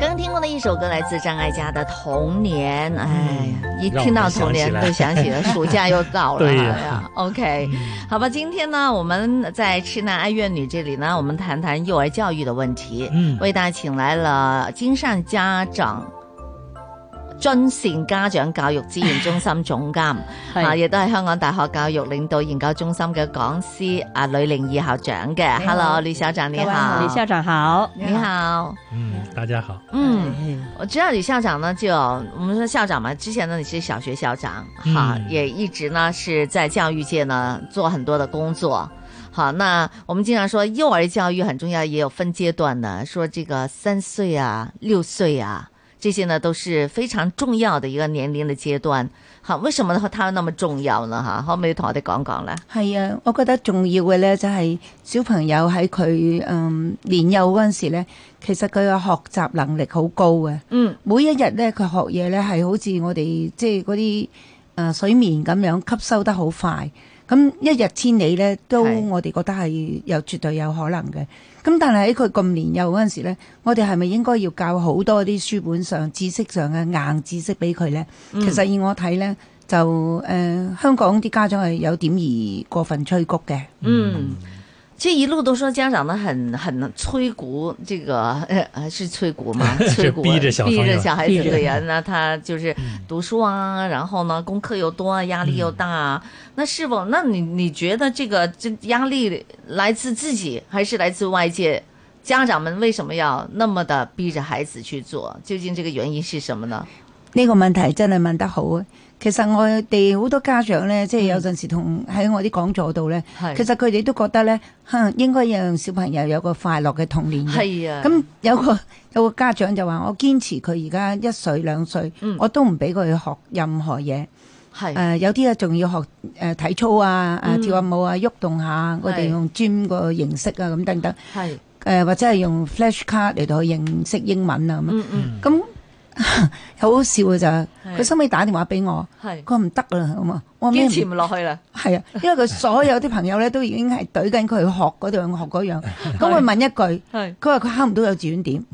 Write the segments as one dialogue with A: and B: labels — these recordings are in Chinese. A: 刚刚听过的一首歌，来自张艾嘉的《童年》。哎呀，一听到童年
B: 嗯让我
A: 就
B: 们
A: 想起了暑假又 到了。
B: 对呀嗯
A: 哎呀 OK，好吧，今天呢，我们在《痴男爱怨女》这里呢，我们谈谈幼儿教育的问题。
B: 嗯，
A: 为大家请来了金山家长。津善家長教育資源中心 總監，
C: 係
A: 啊，亦都係香港大學教育領導研究中心嘅講師啊，呂玲儀校長嘅。
C: 你好
A: Hello，呂校長你好，
C: 李校长好，
A: 你好，
B: 嗯，大家好，
A: 嗯。我知道李校长呢，就我们说校长嘛，之前呢你是小学校长，哈，
B: 嗯
A: 也一直呢是在教育界呢做很多的工作。好，那我们经常说幼儿教育很重要，也有分阶段的，说这个三岁啊、六岁啊这些呢都是非常重要的一个年龄的阶段。好，为什么它那么重要呢？哈，可唔可以同我哋講講咧？
D: 係啊，我覺得重要嘅咧就係小朋友喺佢嗯年幼嗰陣時咧，其實佢嘅學習能力好高嘅。
A: 嗯
D: 每一日咧，佢學嘢咧係好似我哋即係嗰啲誒水面咁樣吸收得好快。咁一日千里咧，都
A: 係
D: 我哋覺得係有絕對有可能嘅。咁但係喺佢咁年幼嗰陣時咧，我哋係咪應該要教好多啲書本上知識上嘅硬知識俾佢咧？
A: 嗯
D: 其實以我睇咧，就誒、呃香港啲家長係有點而過分催谷嘅。
A: 嗯。这一路都说家长呢很很催谷，这个呃呃是催 谷吗？催谷啊
B: 逼着小
A: 逼
B: 朋
A: 着
B: 友嗯
A: 小孩子
C: 逼着
A: 对呀、那他就是读书啊，然后呢功课又多啊，压力又大啊。
B: 嗯
A: 那是否那你你觉得这个这压力来自自己还是来自外界？家长们为什么要那么的逼着孩子去做？究竟这个原因是什么呢？
D: 呢個問題真係問得好啊！其實我哋好多家長咧，
A: 嗯
D: 即係有陣時同喺我啲講座度咧，
A: 係
D: 其實佢哋都覺得咧，哼，應該讓小朋友有個快樂嘅童年嘅。
A: 系啊，
D: 嗯咁有個有個家長就話：我堅持佢而家一歲兩歲，
A: 嗯
D: 我都唔俾佢學任何嘢。誒、
A: 系
D: 有啲啊，仲要學誒、體操啊、誒、
A: 嗯
D: 跳下舞啊、喐動下，我
A: 係
D: 哋用 gym 個形式啊，咁等等。誒、
A: 系，
D: 或者係用 flash card 嚟到去認識英文啊咁樣。
A: 嗯嗯
D: 咁 好好笑啊嘅就係
A: 係
D: 佢收尾打電話俾我，
A: 系
D: 佢，話唔得啦咁啊，我話咩
A: 坚
D: 唔
A: 持唔落去啦，
D: 係啊，因為佢所有啲朋友咧都已經係懟緊佢去學嗰樣學 嗰樣，咁我問一句，
A: 系，
D: 佢話佢考唔到幼稚園點，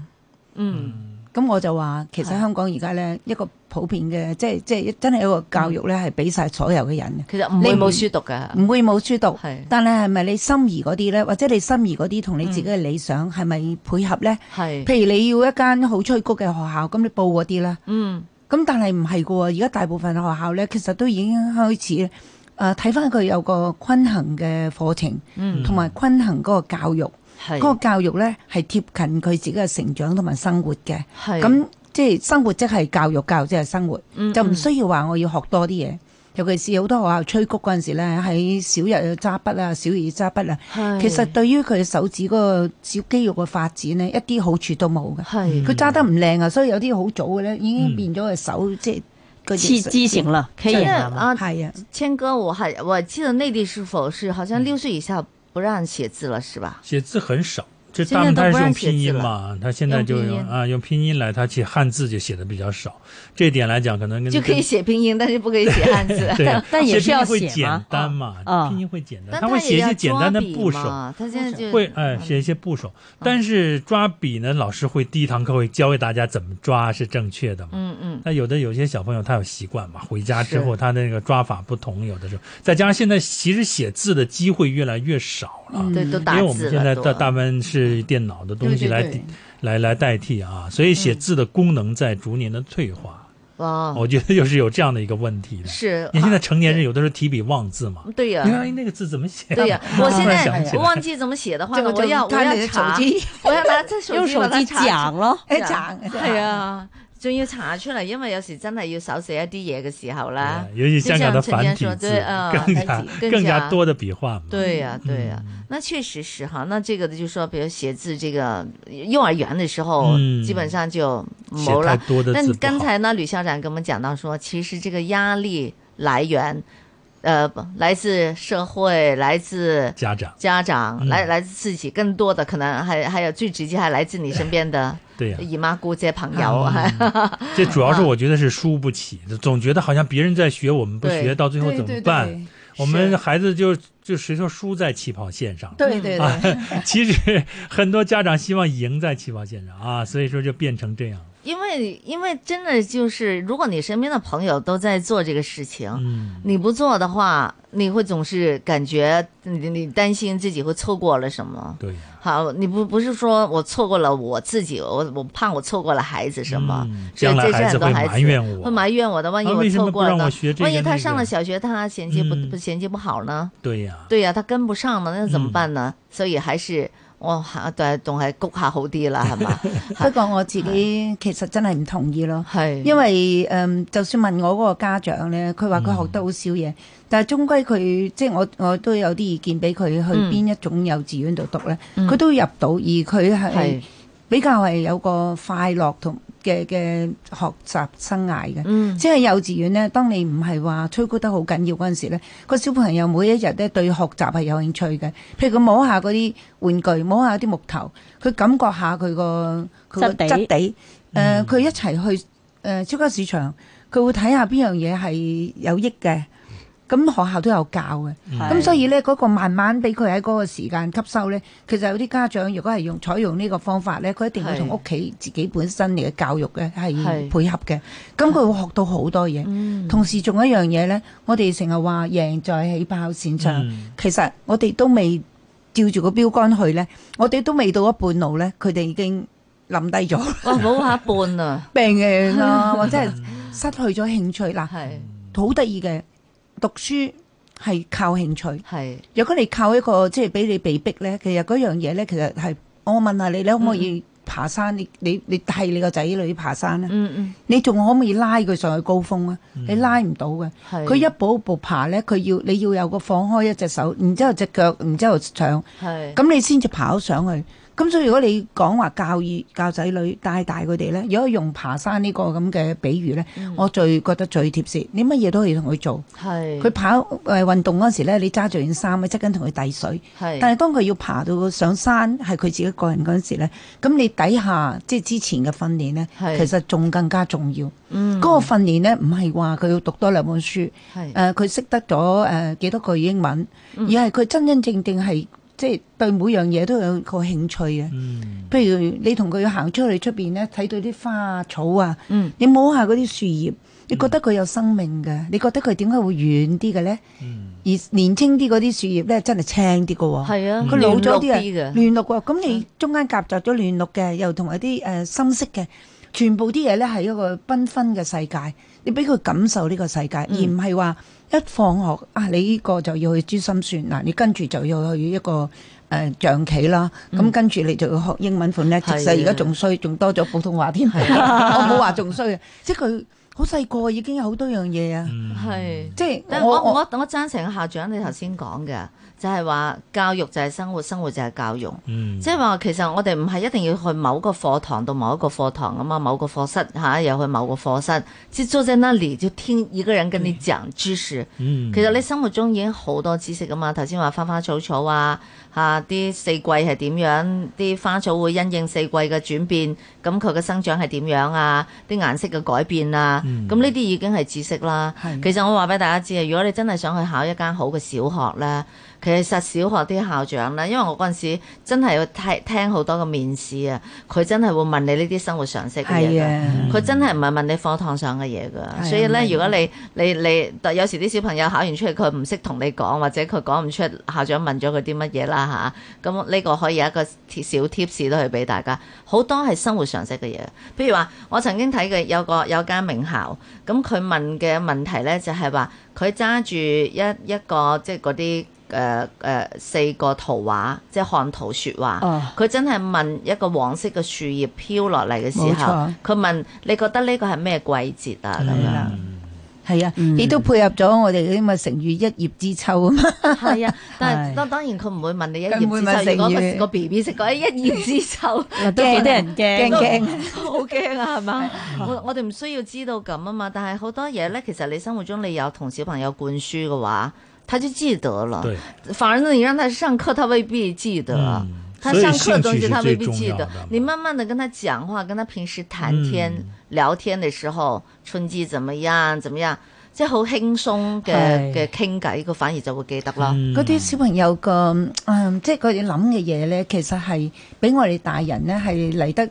A: 嗯。
D: 咁我就話其實
A: 係
D: 香港而家咧一個普遍嘅，即係即係真係一個教育咧係俾晒所有嘅人
A: 其實唔會
D: 你唔嗯
A: 冇書讀噶
D: 嘅，，唔會冇書讀
A: 係，
D: 但係係咪你心儀嗰啲咧，或者你心儀嗰啲同你自己
A: 嗯
D: 嘅理想係咪配合咧？
A: 係，
D: 譬如你要一間好吹谷嘅學校，咁你報嗰啲啦。
A: 嗯，
D: 咁但係唔係嘅喎，而家大部分學校咧，其實都已經開始誒睇翻佢有個均衡嘅課程，
A: 嗯
D: 同埋均衡嗰個教育，
A: 係，
D: 嗰、個教育咧係貼近佢自己嘅成長同埋生活嘅。
A: 係，嗯
D: 咁即係生活即係教育，教育即係生活，
A: 咁
D: 就唔需要話我要學多啲嘢。尤其是好多學校吹谷嗰陣時咧，喺小日要揸筆啊，小二要揸筆啊，
A: 要
D: 其實對於佢手指嗰個小肌肉嘅發展咧，一啲好處都冇嘅。
A: 係
D: 佢揸得唔靚啊，所以有啲好早嘅咧，已經
B: 嗯
D: 變咗個手即係個
C: 去畸形了，K
A: 因為
C: 型了嘛？
A: 啊，
D: 係啊，
A: 谦哥，我还我记得内地是否是好像六岁以下不让写字了，是吧？
B: 写字很少，就
A: 现在
B: 大部分他
A: 都不
B: 是
A: 让
B: 用
A: 写
B: 拼
A: 字
B: 音
A: 了
B: 嘛，他现在
A: 用
B: 就
A: 拼
B: 用
A: 音
B: 啊用拼音来，他写汉字就写的比较少。这一点来讲，可能跟
A: 就可以
B: 跟。
A: 写拼音，但是不可以写汉字
B: 对啊，
C: 但也
B: 写
C: 是
B: 拼
C: 要
B: 音会
C: 写
B: 简
C: 嘛
B: 单嘛
C: 啊，
B: 拼音会简单，
A: 哦但
B: 他会
A: 他
B: 写
A: 也
B: 一
A: 要
B: 些简
A: 抓
B: 单的
A: 笔
B: 部首。
A: 嘛，他嗯现在就
B: 会哎写一些部首，但是抓笔呢，老师会第一堂课会教给大家怎么抓是正确的嘛。
A: 嗯嗯，
B: 那有的有些小朋友他有习惯嘛，回家之
A: 是
B: 后他的那个抓法不同，有的时候再加上现在其实写字的机会越来越少了，
D: 嗯
A: 对，都
B: 因
A: 打
B: 为我
A: 字
B: 们现
A: 了
B: 在
A: 都
B: 大大部分是电脑的东西来
D: 对对对
B: 抵来来代替啊，所以写字的功能在逐年的退化，
A: 哇，
B: 我觉得就是有这样的一个问题的。
A: 嗯是
B: 你看现在
A: 啊
B: 成年人
A: 对
B: 有的时候提笔忘字嘛，
A: 对呀
B: 你。看哎那个字怎么写啊？
A: 对呀，我现
B: 突然想
A: 在
B: 起
A: 我
B: 来
A: 忘记怎么写的话呢，
D: 就
A: 我要我
D: 看
A: 要
D: 你的手
A: 查，
D: 機
A: 我要拿这手
C: 用
A: 机
C: 手
A: 把它
C: 机
A: 查出
C: 讲咯，
D: 一
A: 係啊
D: 賺
A: 系啊，仲要查出嚟，因為有時真係要手寫一啲嘢嘅時候啦。
B: 哎尤其香港的
A: 啊就像
B: 繁
A: 之
B: 體
A: 前說
B: 字
A: 對啊
B: 更加
D: 繁体
A: 更加
B: 更加多的笔画嘛。
A: 对呀、
B: 嗯
A: 对呀、啊那确实是哈。那这个就是说，比如写字这个幼儿园的时候，
B: 嗯
A: 基本上就
B: 写
A: 冇
B: 太
A: 了。
B: 多的
A: 那
B: 字不
A: 刚
B: 好
A: 才呢，吕校长跟我们讲到说，其实这个压力来源，呃，不来自社会，来自
B: 家长
A: 家长，
B: 嗯
A: 来来自自己，更多的可能还还有最直接，还来自你身边的
B: 对呀、哦
A: 姨妈、姑姐、朋友，
B: 嗯这主要是我觉得是输不起，总觉得好像别人在学，我们不
A: 对
B: 学，到最后
D: 对
B: 怎么
D: 对
B: 办？
D: 对
B: 我
A: 是
B: 们孩子就就谁说输在起跑线上了？啊
D: 对对对。
B: 其实很多家长希望赢在起跑线上啊，所以说就变成这样。
A: 因为因为真的就是，如果你身边的朋友都在做这个事情，
B: 嗯，
A: 你不做的话，你会总是感觉你你担心自己会错过了什么。
B: 对呀、
A: 好，你不不是说我错过了我自己，我我怕我错过了孩子什么，
B: 嗯
A: 所以
B: 将来
A: 这些
B: 孩子
A: 很多
B: 会
A: 孩子
B: 埋怨我
A: 会埋怨我的，万一
B: 啊
A: 我
B: 为什么
A: 错
B: 不
A: 过了
B: 让
A: 呢
B: 我学这？个
A: 万一他
B: 那
A: 上了
B: 个
A: 小学，他衔接不、
B: 嗯嗯
A: 不衔接不好呢？
B: 对呀、
A: 对呀、他跟不上呢，那怎么办呢？所以还是我嚇對仲係谷下好啲啦，係嘛？
D: 不過我自己其實真係唔同意咯。
A: 係
D: 因為誒、嗯就算問我嗰個家長咧，佢話佢學得好少
A: 嗯
D: 嘢，但係終歸佢即係我我都有啲意見俾佢去
A: 嗯
D: 邊一種幼稚園度讀咧，
A: 嗯
D: 佢、都入到，而佢係
A: 係
D: 比較係有個快樂同嘅嘅學習生涯嘅。
A: 嗯
D: 即係幼稚園咧，當你唔係話吹高得好緊要嗰陣時咧，個小朋友每一日咧對學習係有興趣嘅。譬如佢摸下嗰啲玩具，摸下啲木頭，佢感覺下佢個佢個
C: 質地嗯
D: 質地。誒、佢一齊去誒、超級市場，佢會睇下邊樣嘢係有益嘅。咁學校都有教嘅，咁所以咧嗰、個慢慢俾佢喺嗰個時間吸收咧，其實有啲家長如果係用採用呢個方法咧，佢一定要
A: 係
D: 同屋企自己本身嚟嘅教育咧係
A: 係嗯
D: 配合嘅，咁佢會學到好多嘢。同時仲有一樣嘢咧，我哋成日話贏在起跑線上，
B: 嗯
D: 其實我哋都未照住個標杆去咧，我哋都未到一半路咧，佢哋已經冧低咗。
A: 哇，冇下一半啊，
D: 病 嘅啊，或者係失去咗興趣嗱，
A: 係
D: 好得意嘅讀書係靠興趣。
A: 係
D: 若果你靠一個即係俾你被逼咧，其實嗰樣嘢咧，其實係我問下你，你可唔可
A: 嗯
D: 以爬山？你你你帶你個仔女爬山咧，
A: 嗯嗯
D: 你仲可唔可以拉佢上去高峰啊？你拉唔到嘅，
A: 係
D: 佢一步一步爬咧，佢要你要有個放開一隻手，然之後隻腳，然之後上。
A: 係
D: 咁你先至爬到上去。咁所以如果你講話教育教仔女帶大佢哋咧，如果用爬山呢個咁嘅比喻咧，
A: 嗯
D: 我最覺得最貼切。你乜嘢都可以同佢做。
A: 係
D: 佢跑誒、呃、運動嗰時咧，你揸住件衫咧，即跟同佢遞水。
A: 係
D: 但係當佢要爬到上山，係佢自己一個人嗰陣時咧，咁你底下即係之前嘅訓練咧，
A: 係
D: 其實仲更加重要。
A: 嗯
D: 嗰、個訓練咧，唔係話佢要讀多兩本書。
A: 係嗯
D: 誒佢識得咗誒幾多句英文，而係佢真真正正係即係對每樣嘢都有個興趣啊嘅。
B: 嗯，
D: 譬如你同佢行出去出邊咧，睇到啲花啊草啊，
A: 嗯
D: 你摸下嗰啲樹葉，你覺得佢有生命嘅，你覺得佢點解會軟啲嘅咧？而年青啲嗰啲樹葉咧，真係青啲嘅喎。
A: 嗯係啊，
D: 佢老咗啲
A: 嫩綠
D: 啊，
A: 嘅，嗯
D: 嫩綠喎。咁你中間夾雜咗嫩綠嘅，又同埋啲誒深色嘅，全部啲嘢咧係一個繽紛嘅世界。你俾佢感受呢個世界，而唔係話一放學啊，你呢個就要去珠心算嗱，你跟住就要去一個。誒象棋啦，咁跟住你就要學英文款咧，即
A: 係啊
D: 使而家仲衰，仲多咗普通話添。 我冇話仲衰啊，即係佢好細個已經有好多樣嘢
B: 嗯
D: 啊，
A: 係。
D: 即係
A: 但我我我贊成校長你頭先講嘅，就係話教育就係生活，生活就係教育。
B: 嗯，
A: 即係話其實我哋唔係一定要去某個課堂到某一個課堂啊嘛，某個課室嚇、又去某個課室，即係坐在那裡就聽一個人跟你講知識。
B: 嗯
A: 其實你生活中已經好多知識噶嘛，頭先話花花草草啊，嚇、啲四季係點樣，啲花草會因應四季嘅轉變，咁佢嘅生長係點樣啊，啲顏色嘅改變啊，咁呢啲已經係知識啦。
D: 係
A: 其實我話俾大家知啊，如果你真係想去考一間好嘅小學咧，其實小學啲校長咧，因為我嗰陣時真係要聽聽好多嘅面試啊，佢真係會問你呢啲生活常識嘅嘢
D: 係
A: 㗎
D: 啊。
A: 佢真係唔係問你課堂上嘅嘢㗎，
D: 啊
A: 所以咧，
D: 明
A: 如果你你你有時啲小朋友考完出嚟，佢唔識同你講，或者佢講唔出校長問咗佢啲乜嘢啦吓，咁、呢個可以有一個貼小貼士都去俾大家，好多係生活常識嘅嘢，譬如話我曾經睇嘅有個有間名校，咁佢問嘅問題咧就係話佢揸住一一個即係嗰啲誒誒四個圖畫，即係看圖説話。
D: 哦
A: 佢真係問一個黃色嘅樹葉飄落嚟嘅時
D: 冇
A: 候
D: 錯，
A: 佢問你覺得呢個係咩季節啊？
B: 嗯
A: 咁
D: 係
A: 樣
D: 啦，係啊，亦都配合咗我哋嗰啲咪成語一葉知秋啊嘛。
A: 係啊，但
D: 係
A: 係當當然佢唔會問你一葉
D: 佢唔會問
A: 知秋。如果
D: 成語
A: 個個 B B 食過一葉知秋，
C: 都幾得人驚。
D: 驚驚，
A: 好驚啊，係嘛？我我哋唔需要知道咁啊嘛，但係好多嘢咧，其實你生活中你有同小朋友灌輸嘅話，他就記得了。
B: 对，
A: 反而呢，你讓他上課，他未必記得。
B: 嗯，
A: 他
B: 所以
A: 上课
B: 兴
A: 的东
B: 趣
A: 西
B: 是
A: 他
B: 最
A: 未必
B: 重
A: 记
B: 要
A: 得
B: 的嘛，
A: 你慢慢的跟他讲话，跟他平时谈天、
B: 嗯
A: 聊天的时候，春季怎么样怎么样，即系好轻松嘅
D: 係
A: 嘅傾偈，佢反而就會記得啦。
B: 嗯
D: 嗰啲小朋友個嗯，即係佢哋諗嘅嘢咧，其實係比我哋大人咧係嚟得，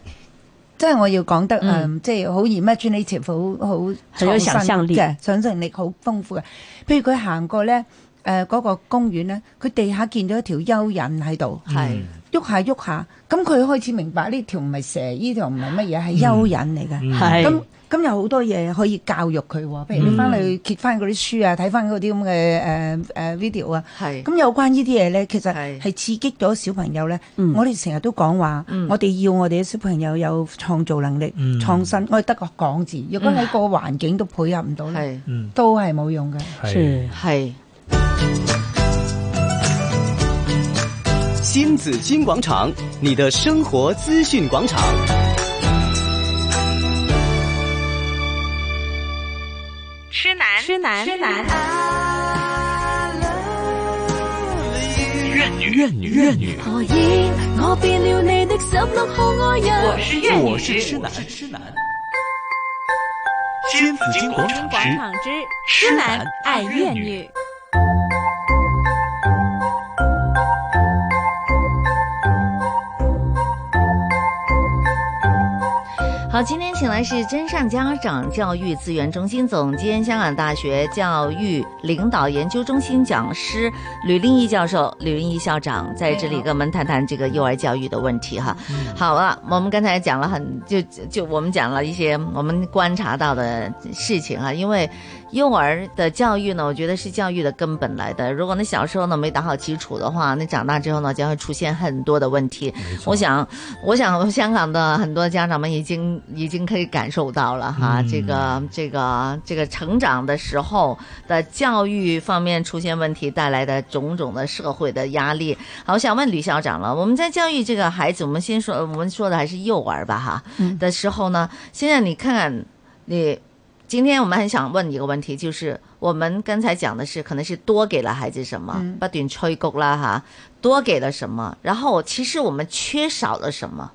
D: 即係我要講得
A: 嗯
D: 嗯，即係好 imaginative，好好
C: 很有
D: 創
C: 想
D: 新
C: 像力
D: 嘅，想像力好豐富嘅。譬如佢行過咧，誒、嗰、個公園咧，佢地下見到一條蚯蚓喺度，
A: 係
D: 喐下喐下，咁佢開始明白呢條唔係蛇，呢條唔係乜嘢，係蚯蚓嚟嘅。
B: 嗯
C: 係
D: 咁咁有好多嘢可以教育佢喎，譬如你翻去揭翻嗰啲書啊，睇翻嗰啲咁嘅誒誒 video 啊。
A: 係
D: 咁有關呢啲嘢咧，其實
A: 係
D: 係刺激咗小朋友咧。
C: 嗯
D: 我哋成日都講話，
A: 嗯
D: 我哋要我哋嘅小朋友有創造能力、
B: 嗯
D: 創新。我哋得個講字，如果喺個環境都配合唔到
A: 嗯
D: 咧，
A: 係
B: 嗯
D: 都係冇用嘅。
B: 係
C: 是
A: 係
E: 新紫金广场，你的生活资讯广场。
F: 痴男，痴男，痴男。
G: 怨女，怨女，怨女。
H: 何以我變了你的十六號愛人？
F: 我是粤
G: 我
F: 女
G: 是
F: 之
G: 痴男，痴男。新紫金广场
F: 广
G: 之
F: 场之痴男爱粤女。
A: 好，今天请来是真善家长教育资源中心总监、香港大学教育领导研究中心讲师吕令一教授、吕令一校长在这里跟我们谈谈这个幼儿教育的问题哈。好啊，我们刚才讲了很就就我们讲了一些我们观察到的事情啊，因为幼儿的教育呢，我觉得是教育的根本来的。如果你小时候呢没打好基础的话，那长大之后呢将会出现很多的问题。我想，我想香港的很多家长们已经已经可以感受到了哈，
B: 嗯
A: 这个这个这个成长的时候的教育方面出现问题带来的种种的社会的压力。好，我想问吕校长了，我们在教育这个孩子，我们先说，我们说的还是幼儿吧哈、的时候呢，现在你看看你。今天我们很想问一个问题，就是我们刚才讲的是，可能是多给了孩子什么，
D: 嗯
A: 不断催谷啦哈，多给了什么，然后其实我们缺少了什么。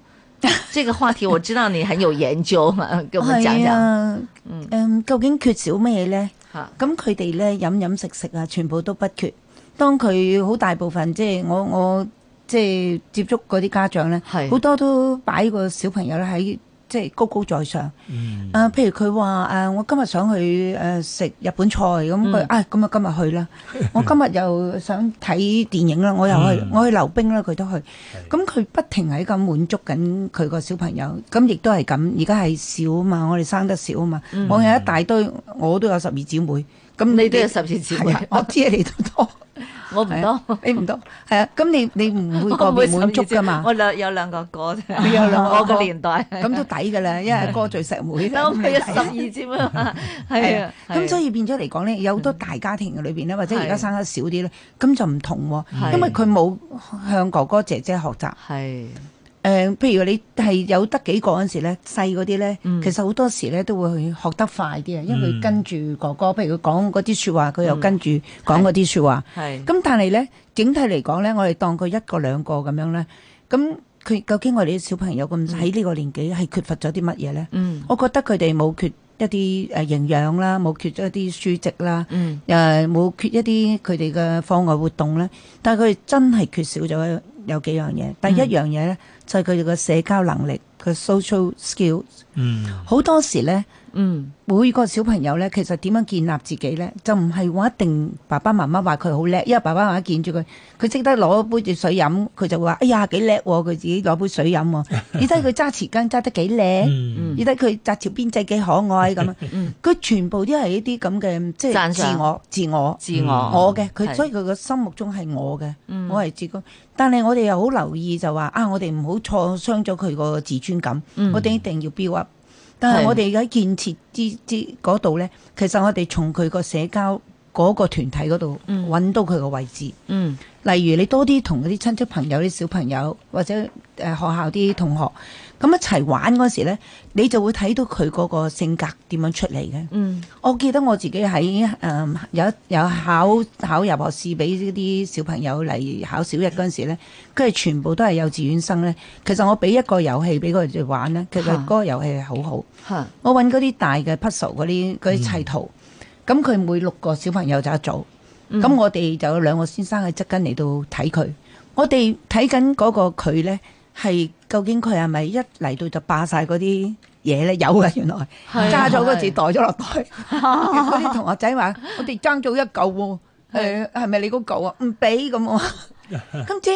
A: 这个话题我知道你很有研究嘛，给我们讲
D: 係
A: 讲。
D: 啊，
A: 嗯
D: 嗯，究竟缺少咩咧？
A: 好，
D: 咁佢哋咧飲飲食食啊，全部都不缺。當佢好大部分即係我我即係接觸嗰啲家長咧，
A: 係
D: 好多都擺個小朋友咧喺即係高高在上。
B: 嗯
D: 啊，譬如佢話誒，我今日想去誒食日本菜，咁佢
A: 嗯
D: 啊，咁啊今日 去啦。我今日又想睇電影啦，我又去
B: 嗯，
D: 我去溜冰啦，佢都去。咁佢不停係咁滿足緊佢個小朋友，咁亦都係咁。而家係少啊嘛，我哋生得少啊嘛，我有一大堆，我都有十二姊妹。咁
A: 嗯你都有十二姊妹
D: 係啊我知你都多，
A: 我 唔
D: 係啊
A: 多，
D: 你唔多，係啊。咁你你唔 會個
A: 我唔會
D: 別滿足
A: 12姊妹
D: 㗎嘛？
A: 我兩有兩個哥啫，
D: 你有兩個哥
A: 我個年代，
D: 咁都抵㗎啦，因為哥最錫妹啦。
A: 都
D: 咁
A: 佢有 十二姊妹嘛，係
D: 係
A: 啊
D: 啊，，
A: 係啊
D: 咁所以變咗嚟講咧，有好多大家庭嘅裏邊咧，或者而家
A: 係
D: 生得少啲咧，
A: 嗯
D: 咁就唔同喎，
A: 係
D: 因為佢冇向哥哥姐姐學習。誒、
A: 係
D: 譬如你係有得幾個嗰陣時咧，細嗰啲咧，
A: 嗯
D: 其實好多時咧都會去學得快啲啊，因為
B: 嗯
D: 佢跟住哥哥，譬如佢講嗰啲説話，佢
A: 嗯
D: 又跟住講嗰啲説話。
A: 係
D: 咁但係咧，整體嚟講咧，我哋當佢一個兩個咁樣咧，咁佢究竟我哋啲小朋友咁喺呢個年紀係缺乏咗啲乜嘢咧？
A: 嗯
D: 我覺得佢哋冇缺一啲誒營養啦，冇缺一啲書籍啦，
A: 嗯
D: 誒冇缺一啲佢哋嘅課外活動咧。但係佢哋真係缺少咗有幾樣嘢。第一樣嘢咧就係佢哋嘅社交能力，佢 social skills。
B: 嗯
D: 好多時咧
A: 嗯
D: 每個小朋友咧，其實點樣建立自己咧，就唔係話一定爸爸媽媽話佢好叻，因為爸爸媽媽見住佢，佢識得攞杯熱水飲，佢就會話：哎呀幾叻喎！佢自己攞杯水飲喎。你睇佢揸匙羹揸得幾靚，
B: 嗯，
D: 你睇佢紮條辮仔幾可 愛咁啊！佢全部都係一啲咁嘅，即係
A: 嗯讚
D: 自
A: 賞
D: 我、自我、
A: 自我
D: 我嘅。佢
A: 係
D: 所以佢個心目中係我嘅，
A: 嗯
D: 我係自高。但係我哋又好留意就話啊，我哋唔好挫傷咗佢個自尊感。
A: 嗯
D: 我哋一定要 build up。但係
A: 係
D: 我哋喺建設之之嗰度咧，其實我哋從佢個社交嗰個團體嗰度
A: 嗯
D: 揾到佢個位置。
A: 嗯
D: 例如你多啲同嗰啲親戚朋友、啲小朋友或者誒、呃、學校啲同學咁一齊玩嗰時咧，你就會睇到佢嗰個性格點樣出嚟嘅。
A: 嗯
D: 我記得我自己喺誒、嗯有有考考入學試俾呢啲小朋友嚟考小一嗰陣時咧，佢係全部都係幼稚園生咧。其實我俾一個遊戲俾佢哋玩咧，其實
A: 嚇
D: 嗰個遊戲係好好。
A: 吓
D: 我揾嗰啲大嘅 puzzle 嗰
A: 嗯
D: 啲嗰啲砌圖，咁佢、每六個小朋友就一組，咁、
A: 嗯
D: 我哋就有兩個先生喺側跟嚟到睇佢，我哋睇緊嗰個佢咧係究竟佢係咪一嚟到就霸晒嗰啲嘢咧？有嘅原來
A: 嗯係啊
D: 揸咗個字
A: 係
D: 袋咗 落袋，嗰啲同學仔話：我哋爭咗一嚿喎，誒係咪你嗰嚿啊？唔俾咁 我，咁即係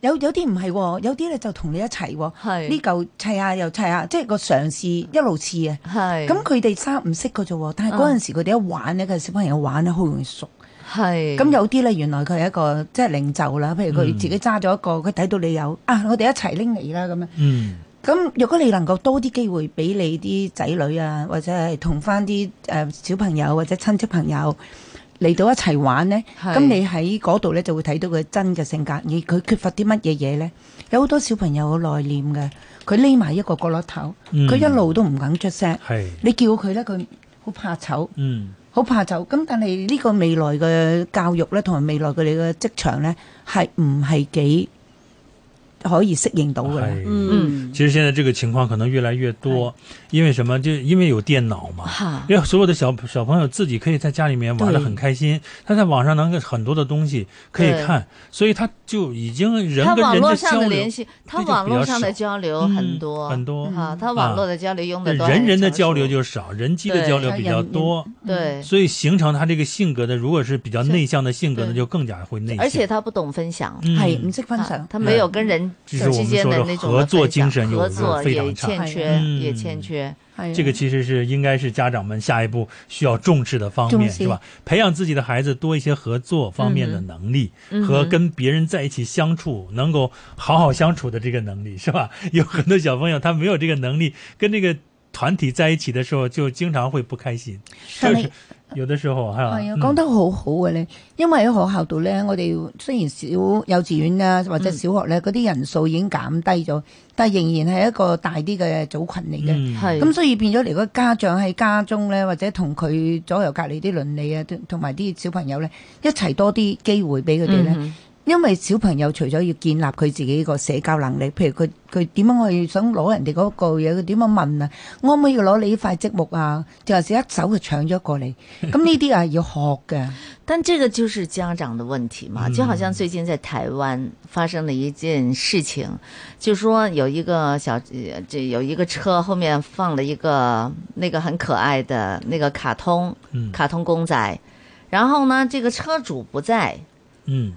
D: 有有啲唔係喎，有啲咧就同你一齊喎。
A: 係
D: 呢嚿砌下又砌下，即係個嘗試一路試啊。
A: 係
D: 咁佢哋三唔識嘅啫喎，但係嗰陣時佢哋一玩咧，佢哋小朋友玩咧好容易熟。
A: 係
D: 咁有啲咧，原來佢係一個即係領袖啦，譬如佢
B: 嗯
D: 自己揸咗一個，佢睇到你有啊，我哋一齊拎嚟啦咁樣。
B: 嗯
D: 咁如果你能夠多啲機會俾你啲仔女啊，或者係同翻啲誒小朋友或者親戚朋友嚟到一齊玩咧，
A: 係
D: 咁你喺嗰度咧就會睇到佢真嘅性格，而佢缺乏啲乜嘢嘢咧？有好多小朋友好內斂嘅，佢匿埋一個角落頭，
B: 嗯
D: 佢一路都唔肯出聲。
B: 係，
D: 你叫佢咧，佢好怕醜，
B: 嗯
D: 好怕醜。咁但係呢個未來嘅教育咧，同埋未來佢哋嘅職場咧，係唔係幾可以適應到嘅咧？
B: 係。
A: 嗯
B: 其实现在这个情况可能越来越多，因为什么？就因为有电脑嘛，
A: 哈
B: 因为所有的小小朋友自己可以在家里面玩的很开心，他在网上能有很多的东西可以
A: 对
B: 看，所以他就已经人
A: 他
B: 跟
A: 网
B: 人
A: 络
B: 的
A: 上
B: 交
A: 的
B: 流，
A: 联系，他
B: 这就
A: 网
B: 比较
A: 络上的
B: 少
A: 交流
B: 嗯
A: 很多
B: 很多
A: 哈，
D: 嗯
A: 他
B: 啊
A: 网络的交流用的都
B: 人
A: 很
B: 人的
A: 成
B: 交
A: 熟
B: 流就嗯少，人机的
A: 对
B: 交流
D: 他
B: 比
D: 人
B: 较
D: 人
B: 多，
A: 对，
B: 所以形成他这个性格的，如果是比较
A: 是
B: 内向的性格呢，
A: 对
B: 就更加会内向。
A: 而且他不懂分享，
B: 嗯
D: 係唔識嗯分享
A: 啊。他没有跟人
B: 这嗯是我
A: 之
B: 们
A: 间
B: 说
A: 的
B: 的
A: 那种
B: 合
A: 的
B: 作
A: 分
B: 精
A: 享
B: 神有
A: 合
B: 有
A: 作
B: 非常
A: 也
B: 差
A: 欠缺，
B: 嗯
A: 也欠缺。
D: 係啊
B: 这个其实是应该是家长们下一步需要重视的方面，
D: 重视
B: 是吧？培养自己的孩子多一些合作方面的能力，
A: 嗯哼
B: 和跟别人在一起相处、能够好好相处的这个能力，是吧？ 有很多小朋友他没有这个能力，跟这个团体在一起的时候就经常会不开心，
D: 但
B: 就
D: 係
B: 是有的时候哈，
D: 係啊，
B: 嗯
D: 講得好好嘅咧，因為喺學校度咧，我哋雖然小幼稚園啊或者小學咧嗰啲人數已經減低咗，但係仍然係一個大啲嘅組群嚟嘅。
B: 嗯
A: 係
D: 咁所以變咗嚟，個家長喺家中咧，或者同佢左右隔離啲鄰里啊，同同埋啲小朋友咧，一齊多啲機會俾佢哋咧。
A: 嗯
D: 因為小朋友除咗要建立佢自己個社交能力，譬如佢佢點樣去想攞人哋嗰個嘢，佢點樣問啊？我可唔可以攞你呢塊積木啊？就係一手就搶咗 過嚟，咁呢啲啊要學嘅。
A: 但这个就是家长的问题嘛，
B: 嗯
A: 就好像最近在台湾发生了一件事情，就说有一个小呃这有一个车后面放了一个那个很可爱的那个卡通
B: 嗯
A: 卡通公仔，然后呢这个车主不在，
B: 嗯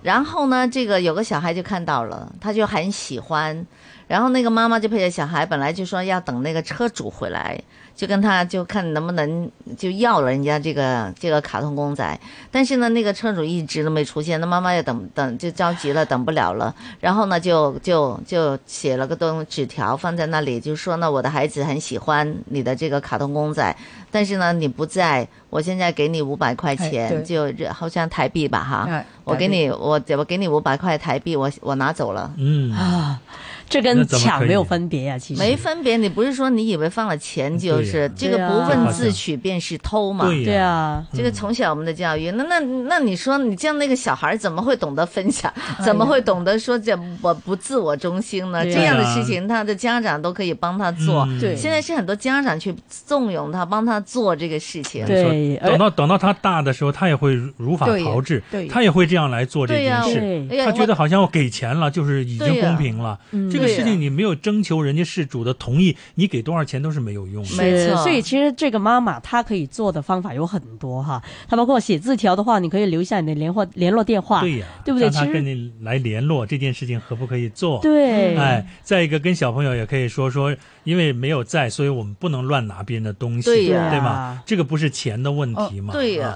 A: 然后呢，这个有个小孩就看到了，他就很喜欢。然后那个妈妈就陪着小孩，本来就说要等那个车主回来，就跟他就看能不能就要了人家这个这个卡通公仔。但是呢，那个车主一直都没出现，那妈妈也等等就着急了，等不了了。然后呢，就就就写了个东纸条放在那里，就说呢，我的孩子很喜欢你的这个卡通公仔，但是呢你不在，我现在给你五百块钱，
D: 哎
A: 就好像台币吧哈。
D: 啊
A: 我给你，我我给你五百块台币，我我拿走了，
B: 嗯，
C: 啊，这跟
B: 那怎么
C: 抢
B: 可以
C: 没有分别呀、啊其实
A: 没分别。你不是说你以为放了钱就
B: 对
A: 是
B: 呀
A: 这个
C: 对呀
A: 不问自取便是偷嘛？
B: 对
C: 对
B: 呀、
C: 啊，
A: 这个从小我们的教育，那那那你说你这样那个小孩怎么会懂得分享？怎么会懂得说这我不自我中心呢？
C: 对呀
A: 这样的事情，他的家长都可以帮他做。
B: 嗯
C: 对
A: 现在是很多家长去纵容他，帮他做这个事情。
C: 对，而
B: 等到等到他大的时候，他也会如如法
D: 对
B: 炮制
D: 对，
B: 他也会这样来做这
A: 对
B: 件
A: 呀
B: 事。
C: 对
A: 哎呀
B: 他觉
A: 我
B: 得好像我给钱了，就是已
A: 对
B: 经
A: 呀
B: 公平了。这这个
A: 对
B: 事
A: 啊
B: 情你没有征求人家事主的同意，你给多少钱都是没有用的。
A: 没
C: 是
A: 错
C: 所以其实这个妈妈她可以做的方法有很多哈，她包括写字条的话，你可以留下你的联络联络电话，
B: 对呀、
C: 对不对
B: 让他
C: 其实
B: 跟你来联络这件事情可不可以做？
C: 对
B: 哎，再一个跟小朋友也可以说说，因为没有在，所以我们不能乱拿别人的东西，
A: 对
B: 对
A: 呀哦
B: 吗？这个不是钱的问题嘛？
A: 对呀、
B: 啊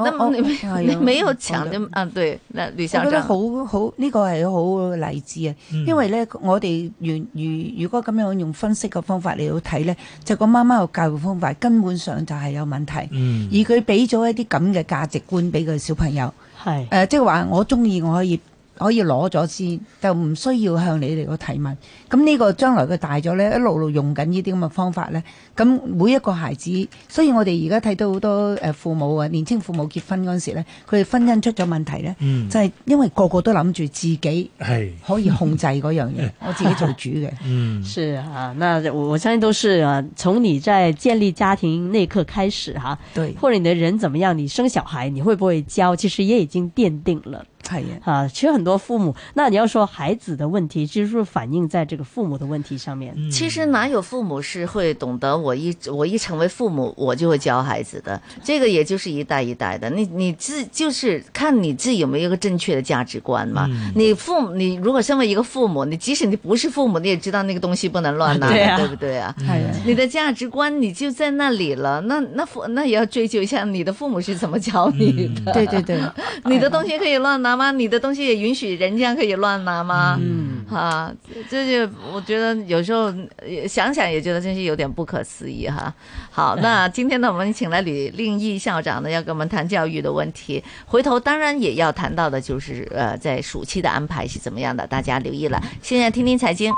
A: 那
D: 哦
A: 么你没、
D: 哎
A: 你
D: 呀
A: 没有啊
D: 我
A: 抢
D: 覺
A: 的
D: 得
A: 啊？对，那吕
D: 我
A: 校
D: 覺得
A: 长
D: 好好呢、個係好例子啊，
B: 嗯
D: 因為咧我哋如如如果咁樣用分析嘅方法嚟到睇咧，就個媽媽嘅教育方法根本上就係有問題，
B: 嗯
D: 而，佢俾咗一啲咁嘅價值觀俾個小朋友，
C: 系
D: 誒、呃即係話我中意我可以可以攞咗先，就唔需要向你哋個提問。咁呢個將來佢大咗咧，一路路用緊呢啲咁嘅方法咧，咁每一個孩子，所以我哋而家睇到好多誒父母啊，年青父母結婚嗰陣時咧，佢哋婚姻出咗問題咧。
B: 嗯，
D: 就係因為個個都諗住自己
B: 哎，
D: 可以控制嗰樣嘢，我自己做主嘅。
B: 嗯，
C: 是啊，那我我相信都是啊，从你在建立家庭那一刻开始哈、
D: 對，
C: 或者你的人怎么样，你生小孩你会不会教，其实也已经奠定了
D: 係啊，
C: 啊。其实很多父母，那你要说孩子的问题，其实是反映在这个父母的问题上面。
B: 嗯
A: 其实哪有父母是会懂得我一我一成为父母我就会教孩子的，这个也就是一代一代的。你你自就是看你自己有没有一个正确的价值观嘛。
B: 嗯
A: 你父母你如果身为一个父母，你即使你不是父母，你也知道那个东西不能乱拿的，
C: 对啊
A: 不对啊？
D: 係啊。
A: 你的价值观你就在那里了，那那父那也要追究一下你的父母是怎么教你的。
D: 對對對，
A: 你的东西可以乱拿吗？你的东西也允许人家可以乱拿吗？
C: 嗯，
A: 啊，这就我觉得有时候呃想想也觉得真是有点不可思议哈。好，那今天呢，我们请来吕令义校长呢，要跟我们谈教育的问题。回头当然也要谈到的就是呃，在暑期的安排是怎么样的，大家留意了。现在听听财经。